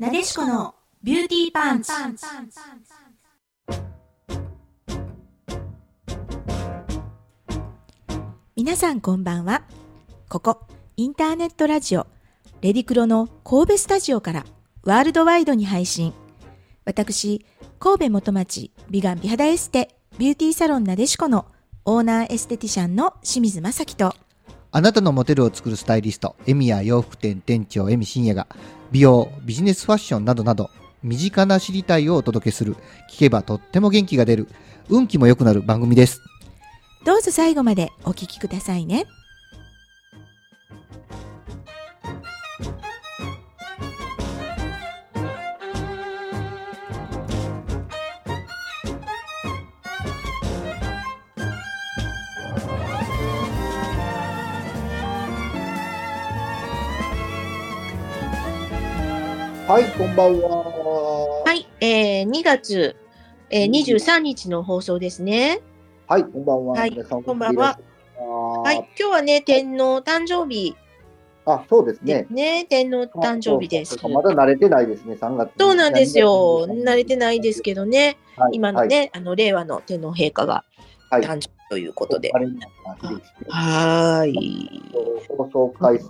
なでしこのビューティーパンチ。皆さんこんばんは。ここ、インターネットラジオ、レディクロの神戸スタジオからワールドワイドに配信。私、神戸元町美顔美肌エステビューティーサロンなでしこのオーナーエステティシャンの清水正樹とあなたのモテルを作るスタイリスト、エミや洋服店店長エミ深夜が、美容、ビジネスファッションなどなど、身近な知りたいをお届けする、聞けばとっても元気が出る、運気も良くなる番組です。どうぞ最後までお聞きくださいね。はい、こんばんは。はい、えー、2月、えー、23日の放送ですね。はい、こんばんは。はい皆さこんばんは。ははい、今日はね、天皇誕生日あ、そうですでねす。ね。天皇誕生日です。あそうかそうかまだ慣れてないですね、3月。そうなんですよ。慣れてないですけどね、ど、はい今のね、、あの令和の天皇陛下がはい誕生日ということで。はい、カレンダーが秀樹ですはーい。放送回数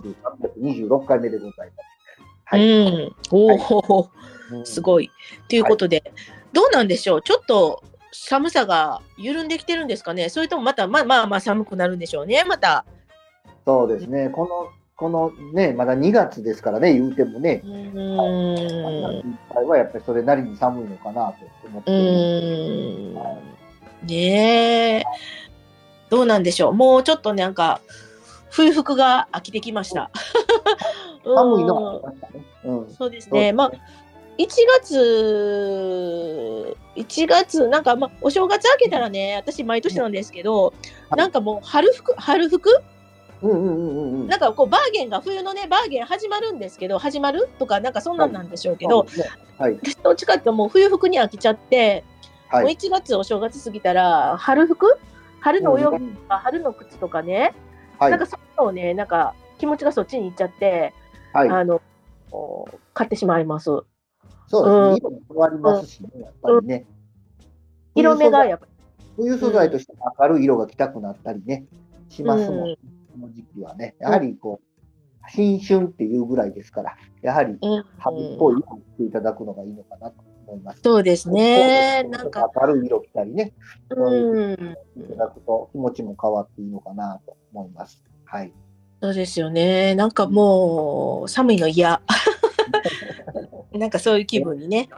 326回目でございはうん。おお、ます。すごい。ということで、どうなんでしょう。ちょっと寒さが緩んできてるんですかね。それともまたまあまあまあ寒くなるんでしょうね。また。そうですね、この、このね、まだ2月ですからね、言うてもね、う3ーん月。いっぱいはやっぱりそれなりに寒いのかなと思っうて。ーんねえどうなんでしょうもうちょっとなんか冬服が飽きてきました。寒いのはありましたね。うん。うんそうですそうですねねまあ1月1月なんかまあお正月明けたらね私毎年なんですけど、はいなんかもう春服春服うんうんうんうんうん。なんかこうバーゲンが冬のねバーゲン始まるんですけど始まるとかなんかそんなんなんでしょうけそうど、ですねはい、私どっちかっていうともう冬服に飽きちゃって、はい。もう1月お正月過ぎたら春服春のお洋服とか春の靴とかね、はいなんかそういうのをねなんか気持ちがそっちに行っちゃって、はい。あのお買ってしまいますそうですね。色も変わりますしね、やっぱりね。色目がやっぱ冬素材として明るい色が着たくなったりね、しりますもん、この時期はね。やはりこう、新春っていうぐらいですから、やはりうんうん春っぽい色を着ていただくのがいいのかなと思います。そうですねなんか。明るい色着たりね、うんいただくと気持ちも変わっていいのかなと思います。はい。そうですよねなんかもう寒いの 嫌なんかそういう気分にね、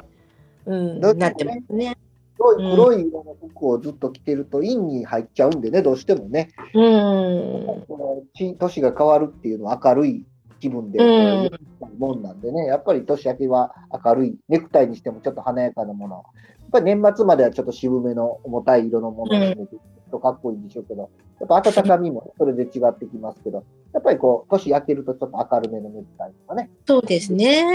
うん、どうなってますね黒い黒い色の服をずっと着てると、陰に入っちゃうんでね、どうしてもね、うんこのち年が変わるっていうのは明るい気分で、こううんもんなんでね、やっぱり年明けは明るい、ネクタイにしてもちょっと華やかなもの、やっぱり年末まではちょっと渋めの重たい色のものを決めていくとかっこいいんでしょうけど、やっぱ温かみもそれで違ってきますけど、やっぱりこう、年明けるとちょっと明るめのネクタイとかね、そうですね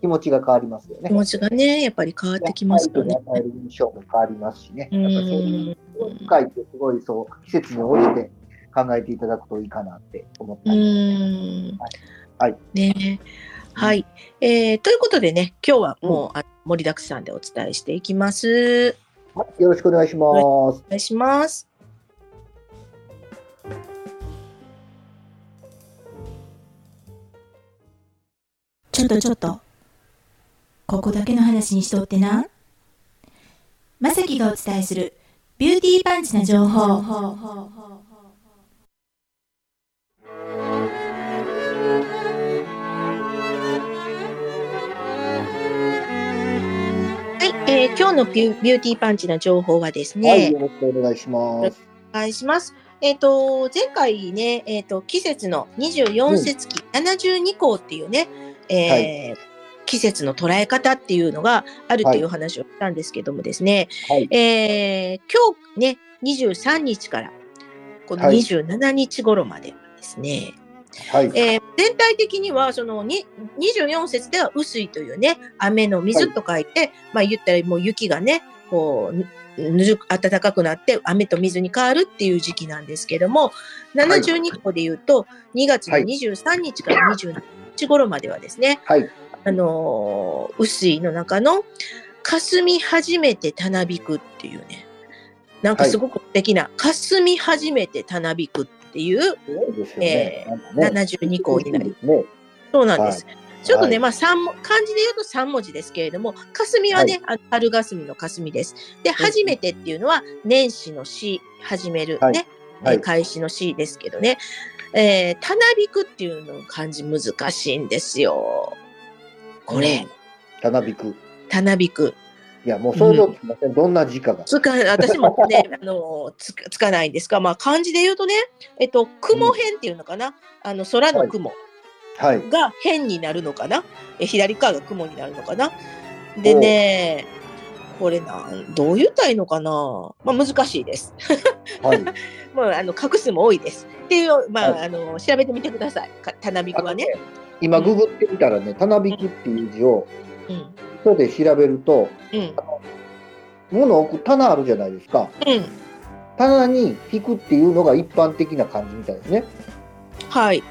気持ちが変わりますよね気。持ちがねやっぱり変わってきますよねやっぱり与える印象も変わりますしね、うんやっぱりそういう深いってすごいそう、季節に応じて考えていただくといいかなって思ったうりーんはい。ねはい、えーということでね、今日はもう、あ盛りだくさんでお伝えしていきます。はいよろしくお願いします。お願いします。ちょっとちょっと。ここだけの話にしとってな。まさきがお伝えするビューティーパンチな情報。はい、えー今日のビュービューティーパンチな情報はですね、はい、よろしくお願いします。お願いします。えっ、と、前回ね、えっ、と、季節の24節気72項っていうね、えー季節の捉え方っていうのがあるというお話をしたんですけどもですね、はいえー今日ね、23日から、このはい27日頃までですね、はい。えー全体的には、そのに24節では雨水というね、雨の水と書いて、まあ言ったらもう雪がね、こう、ぬぬるく暖かくなって雨と水に変わるっていう時期なんですけども、72個で言うと、2月のはい23日から27日頃まではですね、はい。あのー、薄いの中の、霞み始めてたなびくっていうね、なんかすごく素敵な、霞み始めてたなびくっていうすごいですよね。なんかね72項になり、いいですねそうなんです。ちょっとね、はいまあ、三も漢字で言うと3文字ですけれども、霞はね、あの春霞の霞です。で、初めてっていうのは、年始の始、始める、はいね、はえーい。開始の始ですけどね。えー、たなびくっていうのの漢字難しいんですよ。これ、たなびく。たなびく。いや、もう想像つきません。どんな字かが。つか、私も ね、あの、つかつかないんですが、まあ、漢字で言うとね、えっと、雲編っていうのかな。あの、空の雲。はい。が変になるのかなえ左側が雲になるのかなでねこれなんどう言ったらいいのかな、まあ、難しいです。 はい。もうあの画数も多いです。っていう、まあはあの調べてみてください。かたなびくはね。今ググってみたらね、たなびきっていう字を、うんそうで調べると、うん物を置く棚あるじゃないですか。うん棚に引くっていうのが一般的な感じみたいですね。はい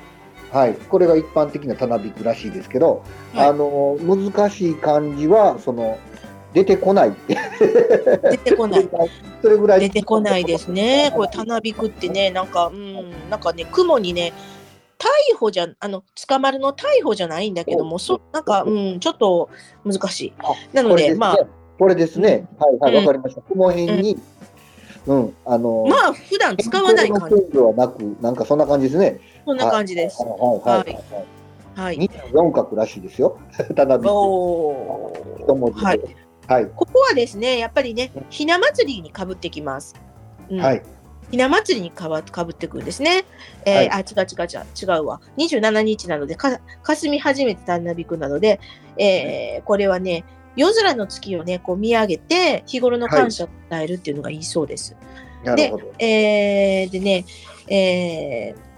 はい。これが一般的なたなびくらしいですけど、はいあの、難しい漢字は、その、出てこないって。出て こないそれぐらい。出てこないですね。これたなびくってねなんかうんなんかね雲にね逮捕じゃあの捕まるの逮捕じゃないんだけどもそうなんかうんちょっと難しい。あ。なのこれすでねまあ。これですね。はいはい、うんわかりました。雲辺に、うん、あの、まあ普段使わない感じ。じ。はなく、なんかそんな感じですね。そんな感じですは。いはいはいはい。はい。二四角らしいですよ。 ただびき。お一文字ーではい。はい。ここはですね、やっぱりね、ひな祭りにかぶってきます。うんはい。ひな祭りにかわかぶってくるんですね。えーあ、違う違う違う、違うわ。27日なので、か霞み始めてたんなびくなので、えーこれはね、夜空の月をね、こう見上げて、日頃の感謝を伝えるっていうのがいいそうです。なるほど。えーでね、えー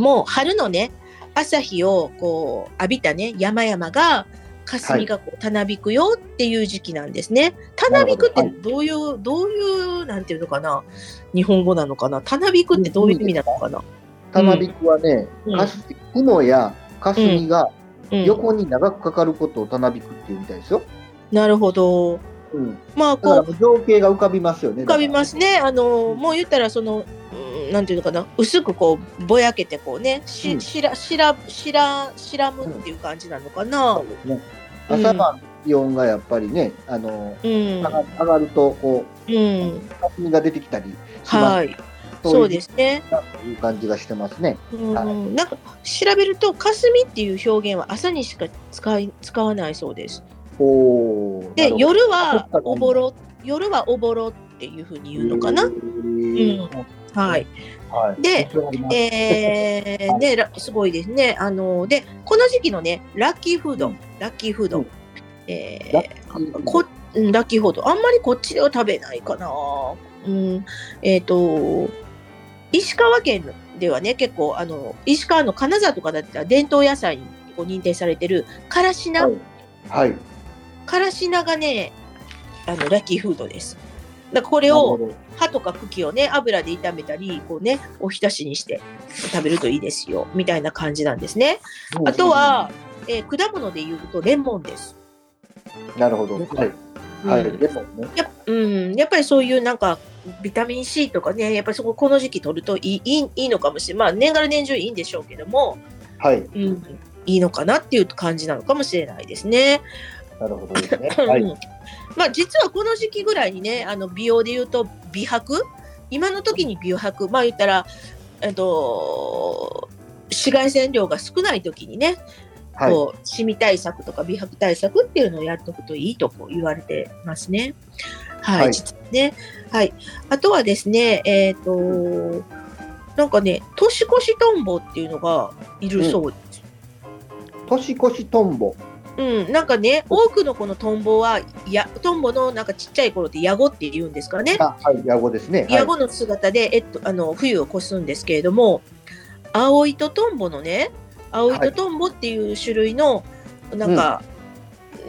もう春のね朝日をこう浴びたね山々が霞がこうたなびくよっていう時期なんですね。たなびくってなるどういう、どういうなんていうのかな日本語なのかなたなびくってどういう意味なのかな、たなびきはねうん、かす雲や霞がうん横に長くかかることをたなびくっていうみたいですよ。なるほど。うん。まあこだうから情景が浮かびますよね。。浮かびますすね。あのもう言ったらその、うんなんていうのかな薄くこうぼやけてこうねうしんしらしらしらしらむっていう感じなのかなそう。ですね。うん朝晩気温がやっぱりね、あのうん上が上がるとこうんう、霞が出てきたりします。はい、そそううで。ですすね。いう感じがしてますね。うんはいなんか調べると、霞っていう表現は朝にしか使い使わないそうです。おお。で、夜はそうかおぼろ、夜はおぼろっていうふうに言うのかな。うんはい。はい。で勉強になります、えー、で、らすごいですね。あので、この時期のね、ラッキーフード、ラッキーフード、うんえーラッキーフードこうんラッキーフード、あんまりこっちでは食べないかな。うん、えっ、と、石川県ではね、結構、あの、石川の金沢とかだったら伝統野菜にこう認定されてる、からし菜、はい。からし菜がね、あの、ラッキーフードです。だからこれを、歯とか茎をね、油で炒めたり、こうね、おひたしにして食べるといいですよ、みたいな感じなんですね。あとは、えー果物で言うとレモンです。なるほど。はい。はうい。んでもね。やっうん、やっぱりそういうなんかビタミン C とかねやっぱりそここの時期取るといいいいいいのかもしれないまあ年がら年中いいんでしょうけども、はい。うん、いいのかなっていう感じなのかもしれないですね。なるほどです ね。はうい。んまあ実はこの時期ぐらいにねあの美容で言うと美白今の時に美白まあ言ったらえっと紫外線量が少ない時にね、はい。こうシミ対策とか美白対策っていうのをやっとくといいとこう言われてますね。はい、はい実はね。はい。あとはですね、えっ、と、なんかね、年越しトンボっていうのがいるそうです。年越しトンボ。うん、なんかね、多くのこのトンボは、や、トンボのなんかちっちゃい頃ってヤゴって言うんですからね。あ、はい。ヤゴですね。はいヤゴの姿で、えっと、あの冬を越すんですけれども葵とトンボのね葵とトンボっていう種類の、なんか、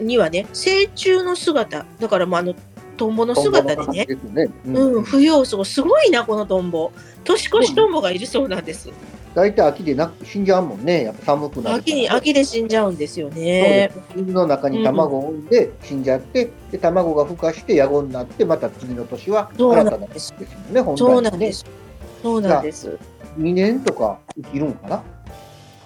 にはね成虫の姿だからまああのトンボの姿でねトンボの形ですね。うん、冬を過ごすすごいなこのトンボ年越しトンボがいるそうなんです、大体秋でなく死んじゃうもんね。やっぱ寒くなるから。秋に、秋で死んじゃうんですよそうでね。す水の中に卵を産んで死んじゃって、で卵が孵化して野子になってまた次の年はそうな新んたなですですもんね本来そうなんです。そうなんです。 2年とか生きるんかな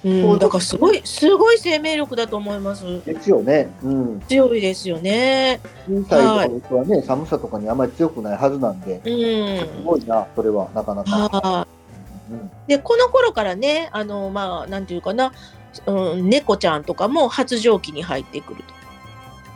うん、だからすごい、すごい生命力だと思います。ですよねうん強いですよね。小さい子はね、寒さとかにあまり強くないはずなんでうすん。ごいなそれはなかなか、はうん、い。で、この頃からね、あの、まあ、なんていうかな。うん、猫ちゃんとかも発情期に入ってくる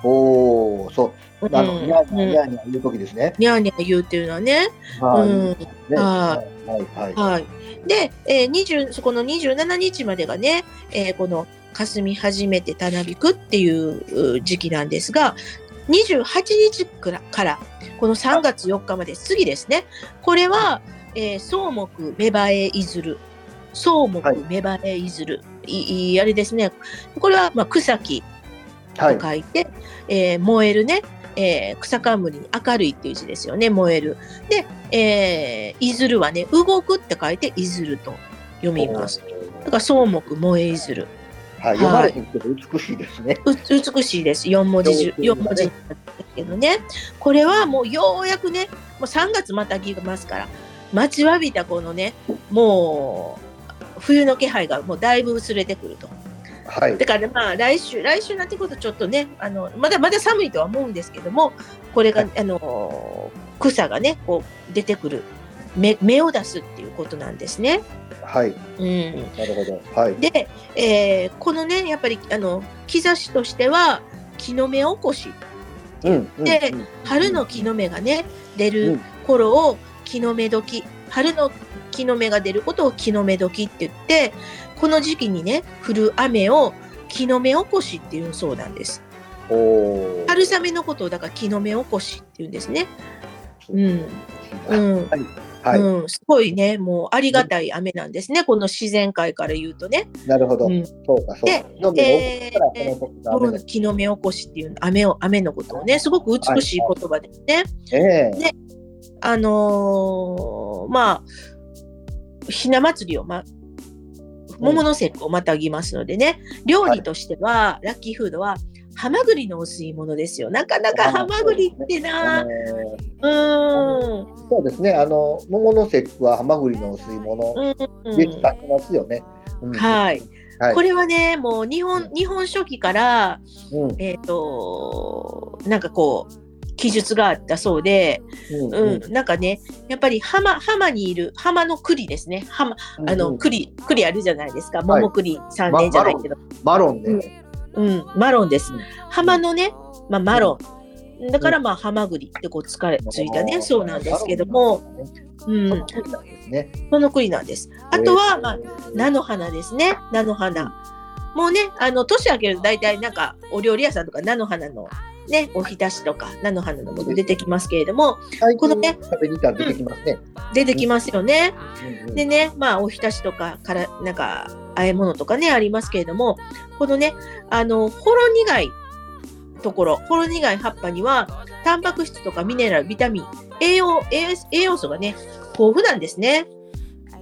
おおそうと。あの、うんニャーニャーニうんャーニャー言う時ですねニャーニャー言うっていうのはね。はうんねははいはいははい。で、えー、20そこの27日までがね、えーこの霞み始めてたなびくっていうう時期なんですが、28日からからこの3月4日まで次ですね。これは、えー草木芽生えいずる。草木はい芽生えいずる。いいあれですね。これは、まあ、草木いはいと書いて、えー燃えるね、えー草冠に明るいっていう字ですよね、燃える。で、えーいずるはね、動くって書いて、いずると読みます。だから草木燃えいずる。はい読まれへんけど美しいですねう美しいです。四文字よ十く四文字なんですけどね。これはもうようやくね、もう3月またぎますから、待ちわびたこのね、もう冬の気配がもうだいぶ薄れてくると。はいだからねまあ来週、来週なんてことちょっとね、あのまだまだ寒いとは思うんですけども、これが、はあのー草がね、こう出てくる芽、芽を出すっていうことなんですね。はいうん、なるほどはいで、えーこのね、やっぱりあの兆しとしては、木の芽起こし、うんうんでうん春の木の芽がね、出うるん頃を木の芽時、春の木の芽が出ることを木の芽時って言って、この時期にね、降る雨を木の芽起こしっていうそうなんです。おお春雨のことをだから木の芽起こしっていうんですね。うんうんはい、うん、すごいねもうありがたい雨なんですねこの自然界から言うとねなるほど、うんそうかそうかで飲んでるからこの時の雨このです木の芽起こしっていう雨を雨のことをねすごく美しい言葉ですね。ねねあのーまあひな祭りを、まあ、桃の節句をまたぎますのでね、料理としては、ラッキーフードはハマグリのお吸い物ですよなかなかハマグリってあなのーうんそうですねあの桃の節句はハマグリのお吸い物うんで使ってますよね、うんはい、はいこれはねもう日本日本書紀からうんえっ、となんかこう記述があったそうで、うんうんなんかねやっぱり浜浜にいる浜の栗ですね浜あうのん栗栗あるじゃないですか桃栗三年じゃないけど、マロンね、うんうんマロンですうん浜のね、まあ、マロンだからまあハマグリってこうつかれついたねそうなんですけども、うマんロン、なんですねその栗なんですあとは、まあ、菜のの花ですね菜の花もうねあの年明けると大体なんかお料理屋さんとか菜の花のねおひたしとか菜の花のもの出てきますけれどもここののねね食べに行ったら出てきますね、出てきますよねうんうんでねまあおひたしとかからなんか和え物とかねありますけれどもこのねあのほろ苦いところほろ苦い葉っぱにはタンパク質とかミネラルビタミン栄養栄栄養素がね豊富なんですね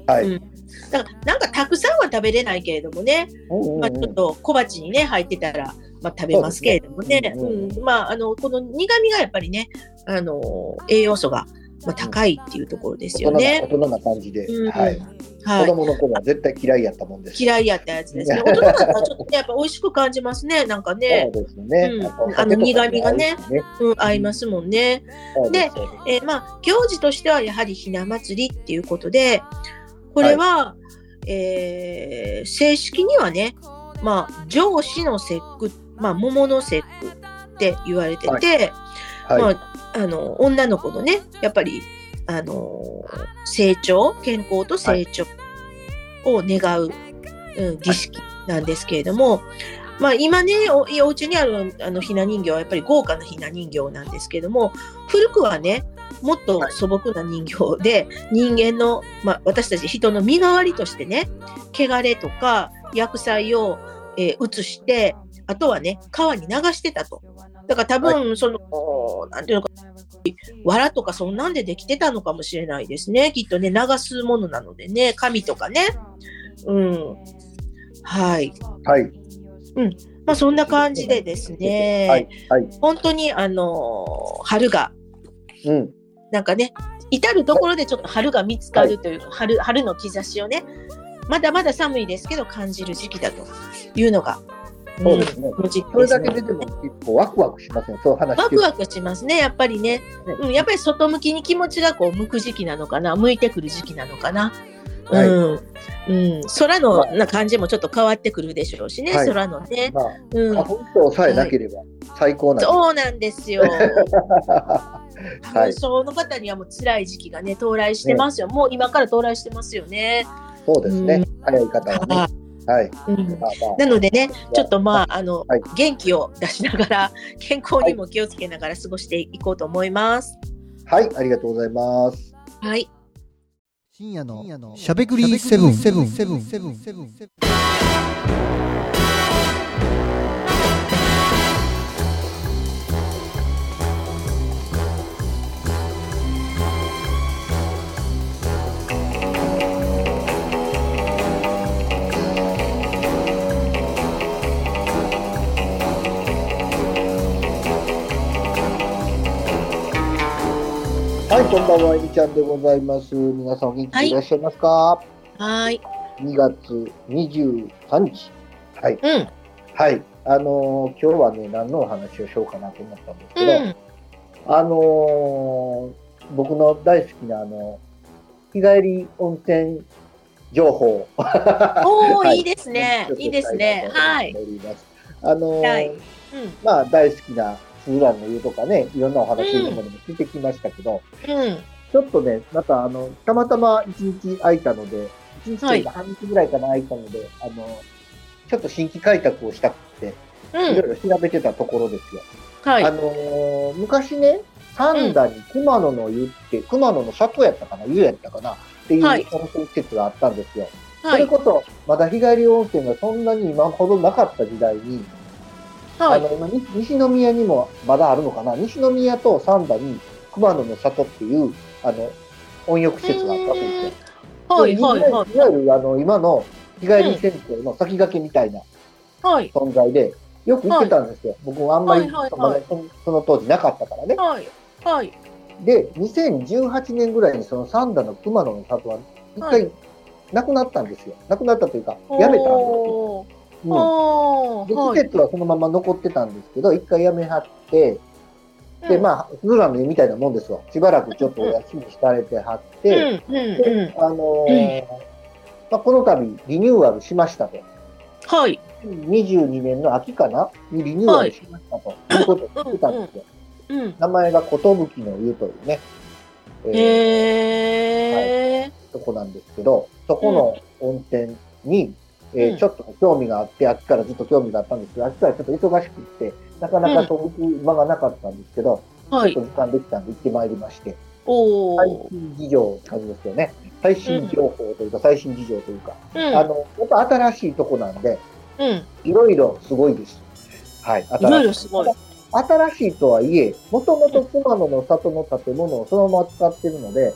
はい、うんだからなんかたくさんは食べれないけれどもねうんうんうんまあ、ちょっと小鉢にね入ってたら、まあ、食べますけれどもねそうですねうんまあ、あのこの苦みがやっぱりねあの栄養素が、まあ、高いっていうところですよ大ね。人な大人な感じで、うんはい、は子い供の頃は絶対嫌いやったもんです嫌いやったやつですね。大人だったらちょっとね、やっぱ美味しく感じますね。なんかね、そうですよね、うんやっぱお酒あのとか苦味がね合うしねうん、合いますもんね。そうですそうですえーまあ、行事としてはやはりひな祭りっていうことで、これは、えー正式にはね、まあ、上司の節句、まあ、桃の節句って言われてて、ははい、まあ、あの女の子のねやっぱりあの成長健康と成長を願う、うん、儀式なんですけれども、まあ、今ねおお家にあるあのひな人形はやっぱり豪華なひな人形なんですけども古くはねもっと素朴な人形で人間の、まあ、私たち人の身代わりとしてね汚れとか薬剤を、えー移してあとはね川に流してたと。だから多分その、なんていうのか藁とかそんなんでできてたのかもしれないですねきっとね流すものなのでね紙とかね、うん。はい。はい。まあそんな感じでですね、はい。はい。本当にあのー春がうん。なんかね至る所でちょっと春が見つかるという、春春の兆しをねまだまだ寒いですけど感じる時期だというのが、うんそうですね。の時期それですだねけ出ても結構ワクワクしますね。そういう話ワ聞クくワクしますねやっぱりね、うん、やっぱり外向きに気持ちがこう向く時期なのかな向いてくる時期なのかな。はいうんうん、空のな感じもちょっと変わってくるでしょうしね、はい空のね、まあ、うん花、粉症さえなければ最高なんです。そうなんですよ。 は花い粉症の方にはもう辛い時期がね到来してますよ、もう今から到来してますよね。 そうですね。早い方はね。はい。うんまあまあなのでねちょっとまああの、はい元気を出しながら健康にも気をつけながら過ごしていこうと思います。はい、ありがとうございます。はい、深夜のしゃべくりセブンセブンセブンセブンセブンはい、こんばんは、えみちゃんでございます。皆さんお元気はでいいらっしゃいますか、はい、 ?2 月23日。はい。うん、はい。あのー今日はね、何のお話をしようかなと思ったんですうけど、ん、あのー僕の大好きな、あの日帰り温泉情報。おお、はいい、いですね ちょ、っといいですね、はい、おります。あのーはいうん、まあ、大好きな通蘭の湯とかね、いろんなお話今までも聞いてきましたけど、うん、ちょっとね、またあの、たまたま一日空いたので、一日とはいいうか半日ぐらいかな空いたので、あの、ちょっと新規開拓をしたくて、ういん、ろいろ調べてたところですよ。はいあ、のー昔ね、三田に熊野の湯って、熊野の里やったかな、湯やったかな、っていうはい温泉施設があったんですよ。はそれい、こそ、まだ日帰り温泉がそんなに今ほどなかった時代に、はあの、今、西西宮にもまだあるのかな西宮と三田に熊野の里っていう、あの、温浴施設があったわけですよ。い、ではい、はい、いわゆるあの今の日帰り銭湯の先駆けみたいなはい、存在で、よく行ってたんですよ。僕もあんまり、はいはいはいまだそのその当時なかったからね。はい、はい、で、2018年ぐらいにその三田の熊野の里は、一は回なくなったんですよ。なくなったというか、やめたんですよ。おーうんおで、ー、は施い、設はそのまま残ってたんですけど、一回やめはって、で、あ、まあ、ズーラのみたいなもんですわ。しばらくちょっとお休みされてはっうん、て、うん、うん、あのーまあ、この度リニューアルしましたと。はい、 22年の秋かなにリニューアルしましたと、い、うことを言ってたんですよ。うん、名前が寿の湯というね、えーへえ、とこなんですけど、そこの温泉に、えーうんちょっと興味があって、秋からずっと興味があったんですけど、秋からちょっと忙しくって、なかなか飛ぶ間がなかったんですけど、はちょい、っと時間できたんで行ってまいりまして、お最お、新事情って感じですよね。最新情報というか、最新事情というか、うあん、の、やっぱ新しいとこなんで、うん。いろいろすごいです。はい、新しいろいろすごい。新しいとはいえ、もともと熊野の里の建物をそのまま使ってるので、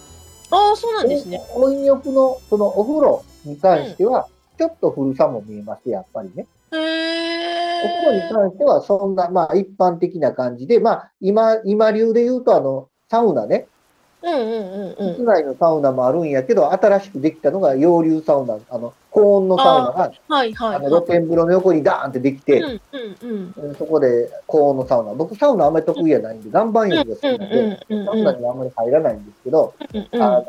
ああ、そうなんですね。温浴のそのお風呂に関しては、ちょっと古さも見えます、やっぱりね。へお風呂にえ。関しては、そんな、まあ一般的な感じで、まあ今、今流で言うと、あの、サウナね、うんうんうんう室ん。内のサウナもあるんやけど、新しくできたのが洋流サウナ、あの、高温のサウナが、はいはいあはい。の露天風呂の横にダーンってできて、うんうんうん。そこで高温のサウナ。僕、サウナあんまり得意やないんで、岩盤浴が好きなんで、うんうんサうウんナにはあんまり入らないんですけど、うん。あはの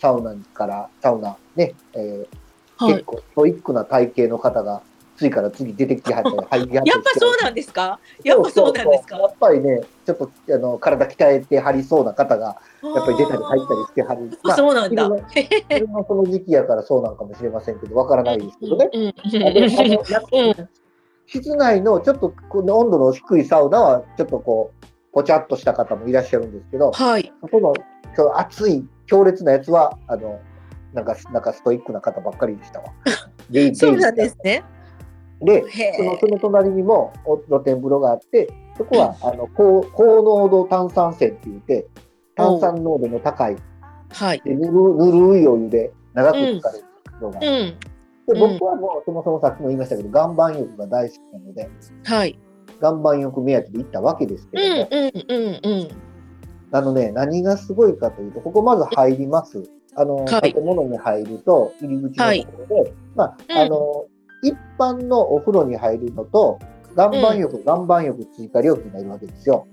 サウナから、サウナね、えー結い。構ストイックな体型の方が、次から次出てきてはったり、入りややっぱそうなんですか。やっぱそうなんですか。やっぱりね、ちょっとあの体鍛えてはりそうな方が、ややっぱり出たり入ったりしてはる。まあそうなん自分だ。の自分のその時期やからそうなんかもしれませんけど、わからないですけどね。あのあうんの室内のちょっとこの温度の低いサウナは、ちょっとこう、ぽちゃっとした方もいらっしゃるんですけど、はい。そこのその熱い強烈なやつはあのなんかなんかストイックな方ばっかりで したわ。でそうなんです。ね。でへそのえ。その隣にもお露天風呂があってそこはあの高高濃度炭酸泉って言って炭酸濃度の高いはい。でぬるぬるいお湯で長く浸かれるのが、うん。で僕はもう、そもそもさっきも言いましたけど、岩盤浴が大好きなので、はい。岩盤浴目当てで行ったわけですけうどんも、うんうんうん。あのね、何がすごいかというと、ここまず入ります。あの、はい建物に入ると、入り口のところで、まあ、うんあの、一般のお風呂に入るのと、岩盤浴、岩盤浴追加料金がいるわけですよ。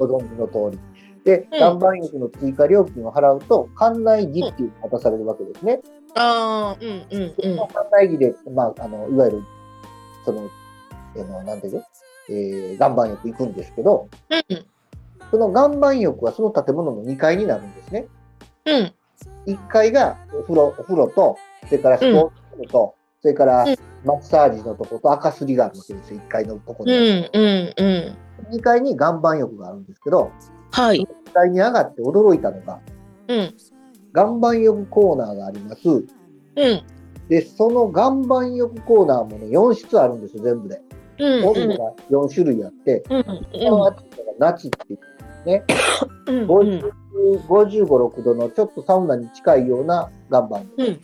うごん。存知の通り。で、うん岩盤浴の追加料金を払うと、館内儀っていうのが渡されるわけですね。ああ、うんうんうん。館内儀で、まあ、あの、いわゆる、その、あの、なんていうのえー、岩盤浴行くんですけど、うんその岩盤浴はその建物の2階になるんですね。うん。 1階がお風呂、お風呂と、それからスポーツプールと、それからうんマッサージのとこと赤すりがあるわけですよ、1階のとこうに。んうんうん。 2階に岩盤浴があるんですけど、はい。 1階に上がって驚いたのが、うん岩盤浴コーナーがあります。うんで、その岩盤浴コーナーもね、4室あるんですよ、全部で。うん温うん度が4種類あって、うんこの暑いのがナチっていう、うん50 55、6度のちょっとサウナに近いような岩盤浴。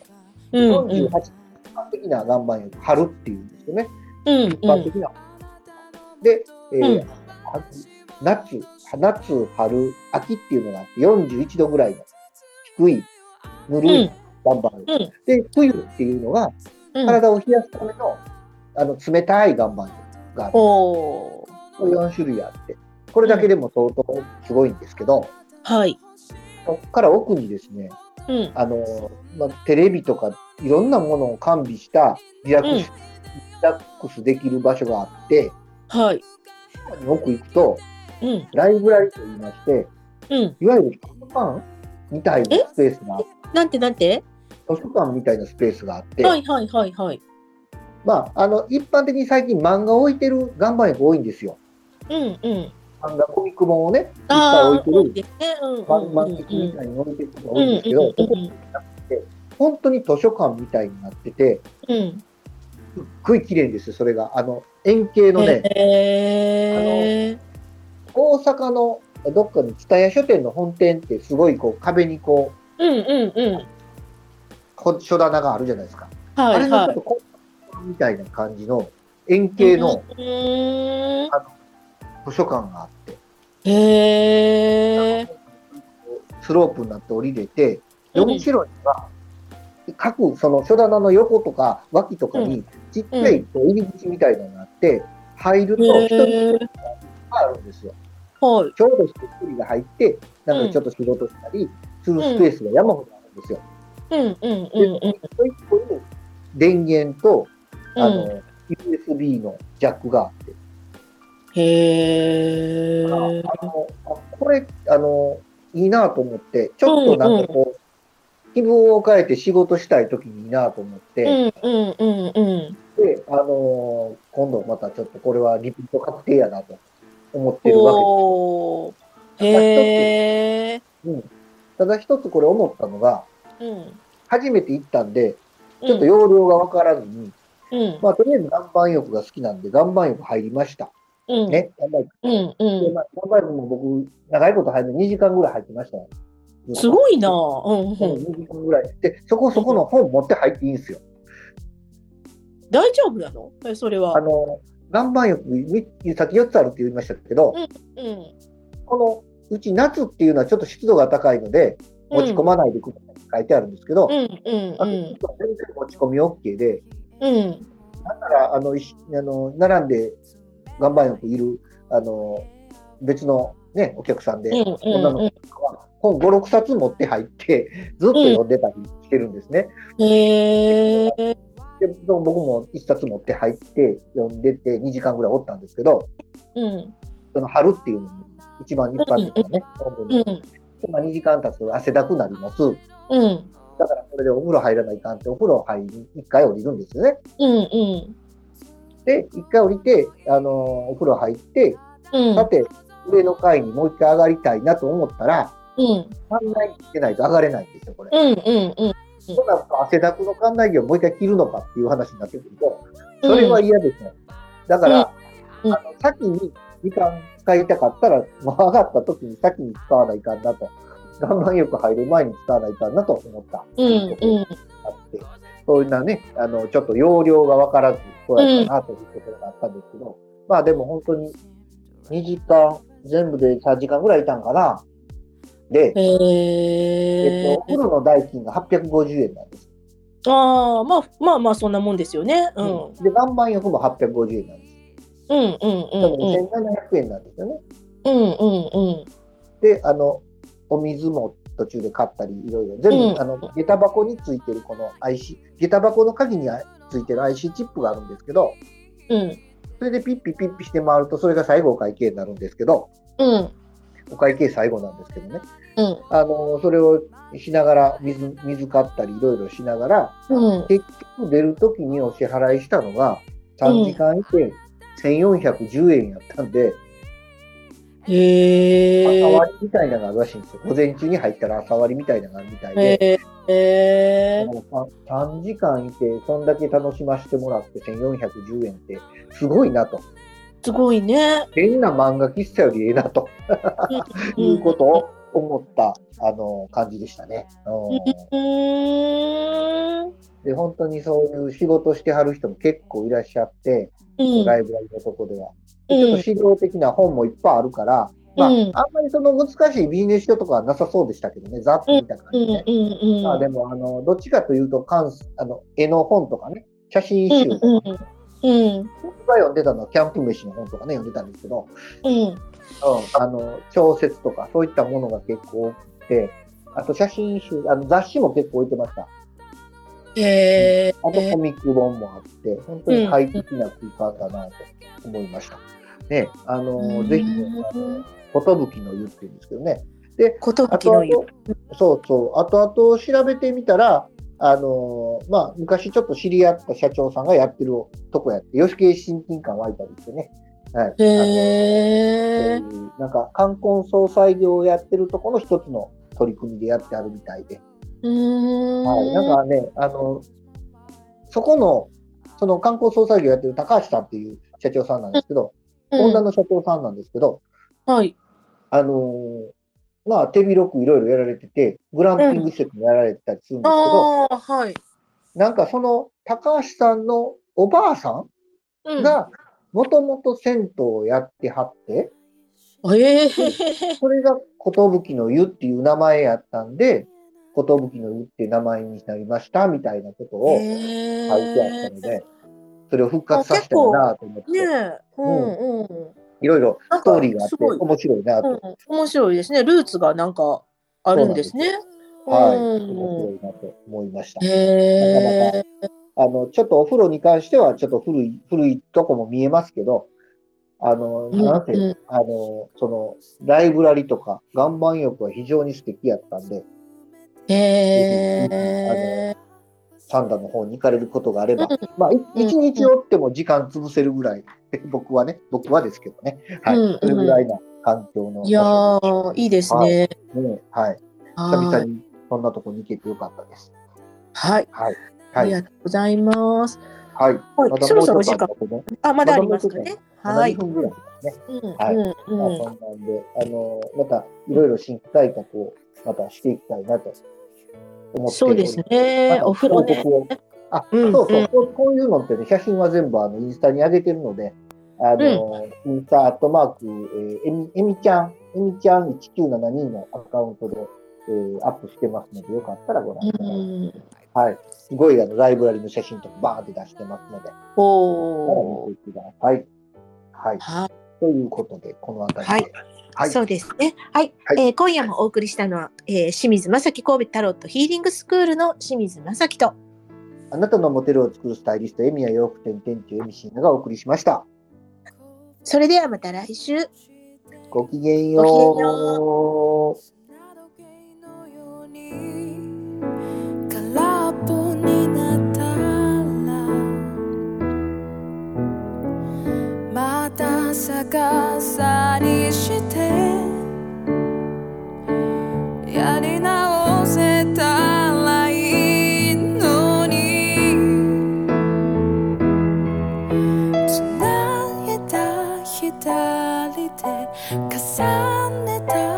うんうん48、一般的な岩盤浴、春っていうんですよね。うん一般的な。で、えーうんは夏、夏、春、秋っていうのがあって、41度ぐらいの低い、ぬるい岩盤浴。うんで、冬っていうのが、うん体を冷やすためのあの冷たい岩盤浴がある。おーこれ4種類あって、これだけでも相当すごいんですけど、はい。そこから奥にですね、うんあのまあ、テレビとかいろんなものを完備したリラックス,、リラックスできる場所があって、はい。さらに奥行くとうんライブラリと言いまして、うん。いわゆる図書館みたいなスペースが、なんてなんて図書館みたいなスペースがあって、はいはいはいはい。まあ、あの一般的に最近漫画を置いてる岩盤浴多いんですよ。うんうん。漫画コミック本をね、いっぱいああ置いてる。ですね。うんうん漫う画ん的みたいに置いてることがう多いんんですけど、ここうん本当に図書館みたいになってて、うん。すっごい綺麗ですよ、それが。あの、円形のね、へえ。大阪のどっかの蔦屋書店の本店ってすごいこう壁にこう、うんうんうん。こ書棚があるじゃないですか。あはれいのはちょっい。とこうみたいな感じの円形のうーん。図書館があって、へえ。スロープになって降りれて、で後ろには、各その書棚の横とか脇とかにちっちゃいこう入り口みたいなのがあって、入ると一人がへえ。あるんですよ。はい。ちょうど一人が入って、なんかちょっと仕事したりするスペースが山ほどあるんですよ。うんうんうんうん。そういうとこに電源と、あうの、USB のジャックがあって、ん、へあーの、あこれ、あの、いいなと思って、ちょっとなんかこう、気分を変えて仕事したい時にいいなと思っうて、んうんうんうん。で、あの、今度またちょっとこれはリピート確定やなと思ってるわけです。おーへえ。ただ一つこれ思ったのが、うん。初めて行ったんで、ちちょっと容量がわからずに、うんまあ、とりあえず岩盤浴が好きなんで、岩盤浴入りました。うん。ね。岩盤浴うんでうまあ岩盤浴も僕、長いこと入るの2時間ぐらい入ってましたよ。ん。すごいなぁ。うんうんうん。 2時間ぐらい。で、そこそこの本持って入っていいんですよ。大丈夫なのえそれはあ。の、岩盤浴、みさっき4つあるって言いましたけど、うん。このうち夏っていうのはちょっと湿度が高いので、持ち込まないでくださいって書いてあるんですけど、うんうあんうとん実は全然持ち込み OK で、うん。だから、あの、いしあの並んで岩盤浴いる、あの、別のね、お客さんで、うん女の子とかは本5、6冊持って入って、ずっと読んでたりしてるんですね。うん。へえ。で僕も1冊持って入って、読んでて、2時間ぐらいおったんですけど、うんその春っていうのも一番一般的なね、本文うでんまあ2時間経つと汗だくなります。うんだからこれでお風呂入らないかんって、お風呂入り、1回降りるんですよね。うんうんで、1回降りて、あのーお風呂入って、うんさて、上の階にもう1回上がりたいなと思ったら、うん館内着てないと上がれないんですよ、これ。うんうんうん。そうなると汗だくの館内着をもう一回着るのかっていう話になってくると、それは嫌ですね。だから、うんうんあの先に時間使いたかったら、もう上がった時に先に使わないかんなと、岩盤浴入る前に使わないかんなと思った。うんうんあって、そういうなね、あの、ちょっと容量が分からず、そうやったなというところがあったんですけど、まあでも本当に、2時間、全部で3時間ぐらいいたんかな。で、へえっえと、お風呂の代金が850円なんです。ああ、まあまあまあ、そんなもんですよね。うん。うんで、岩盤浴も850円なんです。うんうん多分うん。 1700円なんですよね。うんうんうん。で、あの、お水も途中で買ったり、いろいろ。全部、うんあの、下駄箱についてるこの IC、下駄箱の鍵についてる IC チップがあるんですけど、うん。それでピッピピッピして回ると、それが最後お会計になるんですけど、うん。お会計最後なんですけどね。うん。あの、それをしながら、水、水買ったり、いろいろしながら、うん。結局出るときにお支払いしたのが、3時間以降、1410円やったんで、へ朝え。割りみたいなのがあるらしいんですよ。午前中に入ったら朝割りみたいなのがあるみたいで、へえ。 3時間いて、そんだけ楽しませてもらって1410円って、すごいなと。すごいね。変な漫画喫茶よりええなと、うんいうことを思った、あの、感じでしたね。ううーん。んで、本当にそういう仕事してはる人も結構いらっしゃって、うん。ライブラリのとこでは。うちょっんと。資料的な本もいっぱいあるから、まあ、あうんんまりその難しいビジネス書とかはなさそうでしたけどね、ざっと見た感うじんね。うんうん。まあでも、あの、どっちかというと、関すあの、絵の本とかね、写真うん集とか、うんうん僕が読んでたのはキャンプ飯の本とかね、読んでたんですけど、うんあの、小説とかそういったものが結構多くて、あと写真集、あの雑誌も結構置いてました。へえあとコミック本もあって、本当に快適な空間だなと思いました。ね、あの、ぜひね、あの、ことぶきの湯っていうんですけどね。ことぶあきとの湯そうそう、あとあと調べてみたら、あの、まあ、昔ちょっと知り合った社長さんがやってるとこやって、吉系親近感湧いたりしてね。はい。へあのそういえうなんか冠婚葬祭業をやってるとこの一つの取り組みでやってあるみたいで、うーんはい、なんかねあのそこのその冠婚葬祭業やってる高橋さんっていう社長さんなんですけど、うん女の社長さんなんですけど、はいあのーまあ手広くいろいろやられててグランピング施設もやられてたりするんですけど、ああはいなんかその高橋さんのおばあさうんんがもともと銭湯をやってはって、ええそれが寿の湯っていう名前やったんで、寿の湯っていう名前になりましたみたいなことを書いてあったので、それを復活させたいなと思って、ねえうんうんいろいろなんストーかリーがあってすごい面白いなと、うん面白いですねルーツがなんかあるんですねはい、うん面白いなと思いました。へえあの、ちょっとお風呂に関してはちょっと古い、古いとこも見えますけど、あの、うんなんて、うんあの、その、ライブラリとか岩盤浴は非常に素敵やったんで、ぜへえサンダの方に行かれることがあればうん、まあ、いうん一日おっても時間潰せるぐらい、 僕はね、僕はですけどね、はい、うんうんそれぐらいな環境の。いやーいいですねねはい、久々にそんなとこに行けてよかったです。はいはい、あはりい、がとうございますはい、はいそろそろおちょ時っと間あったね、あまだありますかねははいい、7分ぐらいですね。うはんいまあうんうんそんなんで、あの、またいろいろ新規改革をまたしていきたいなと思ってそうですね。お風呂ね。をあ、うんそうそう、うんこうこういうのってね、写真は全部あのインスタに上げてるので、あの、インスタアットマーク、えー、えみえみちゃん、えみちゃん1972のアカウントで、えーアップしてますので、よかったらご覧ください。うん。はい。すごいあのライブラリの写真とかバーンって出してますので、おー見てください。はい。はということで、この辺りで。はいい、そうですね。はい、はいえー今夜もお送りしたのは、えー清水正樹神戸タロットヒーリングスクールの清水正樹と。あなたのモテルを作るスタイリスト、エミヤ洋服店店長、エミシンナがお送りしました。それではまた来週。ごきげんよう。ごきげん砂時計のように空っぽになったらまた逆さにしてやり直せたらいいのに繋いだ左手重ねた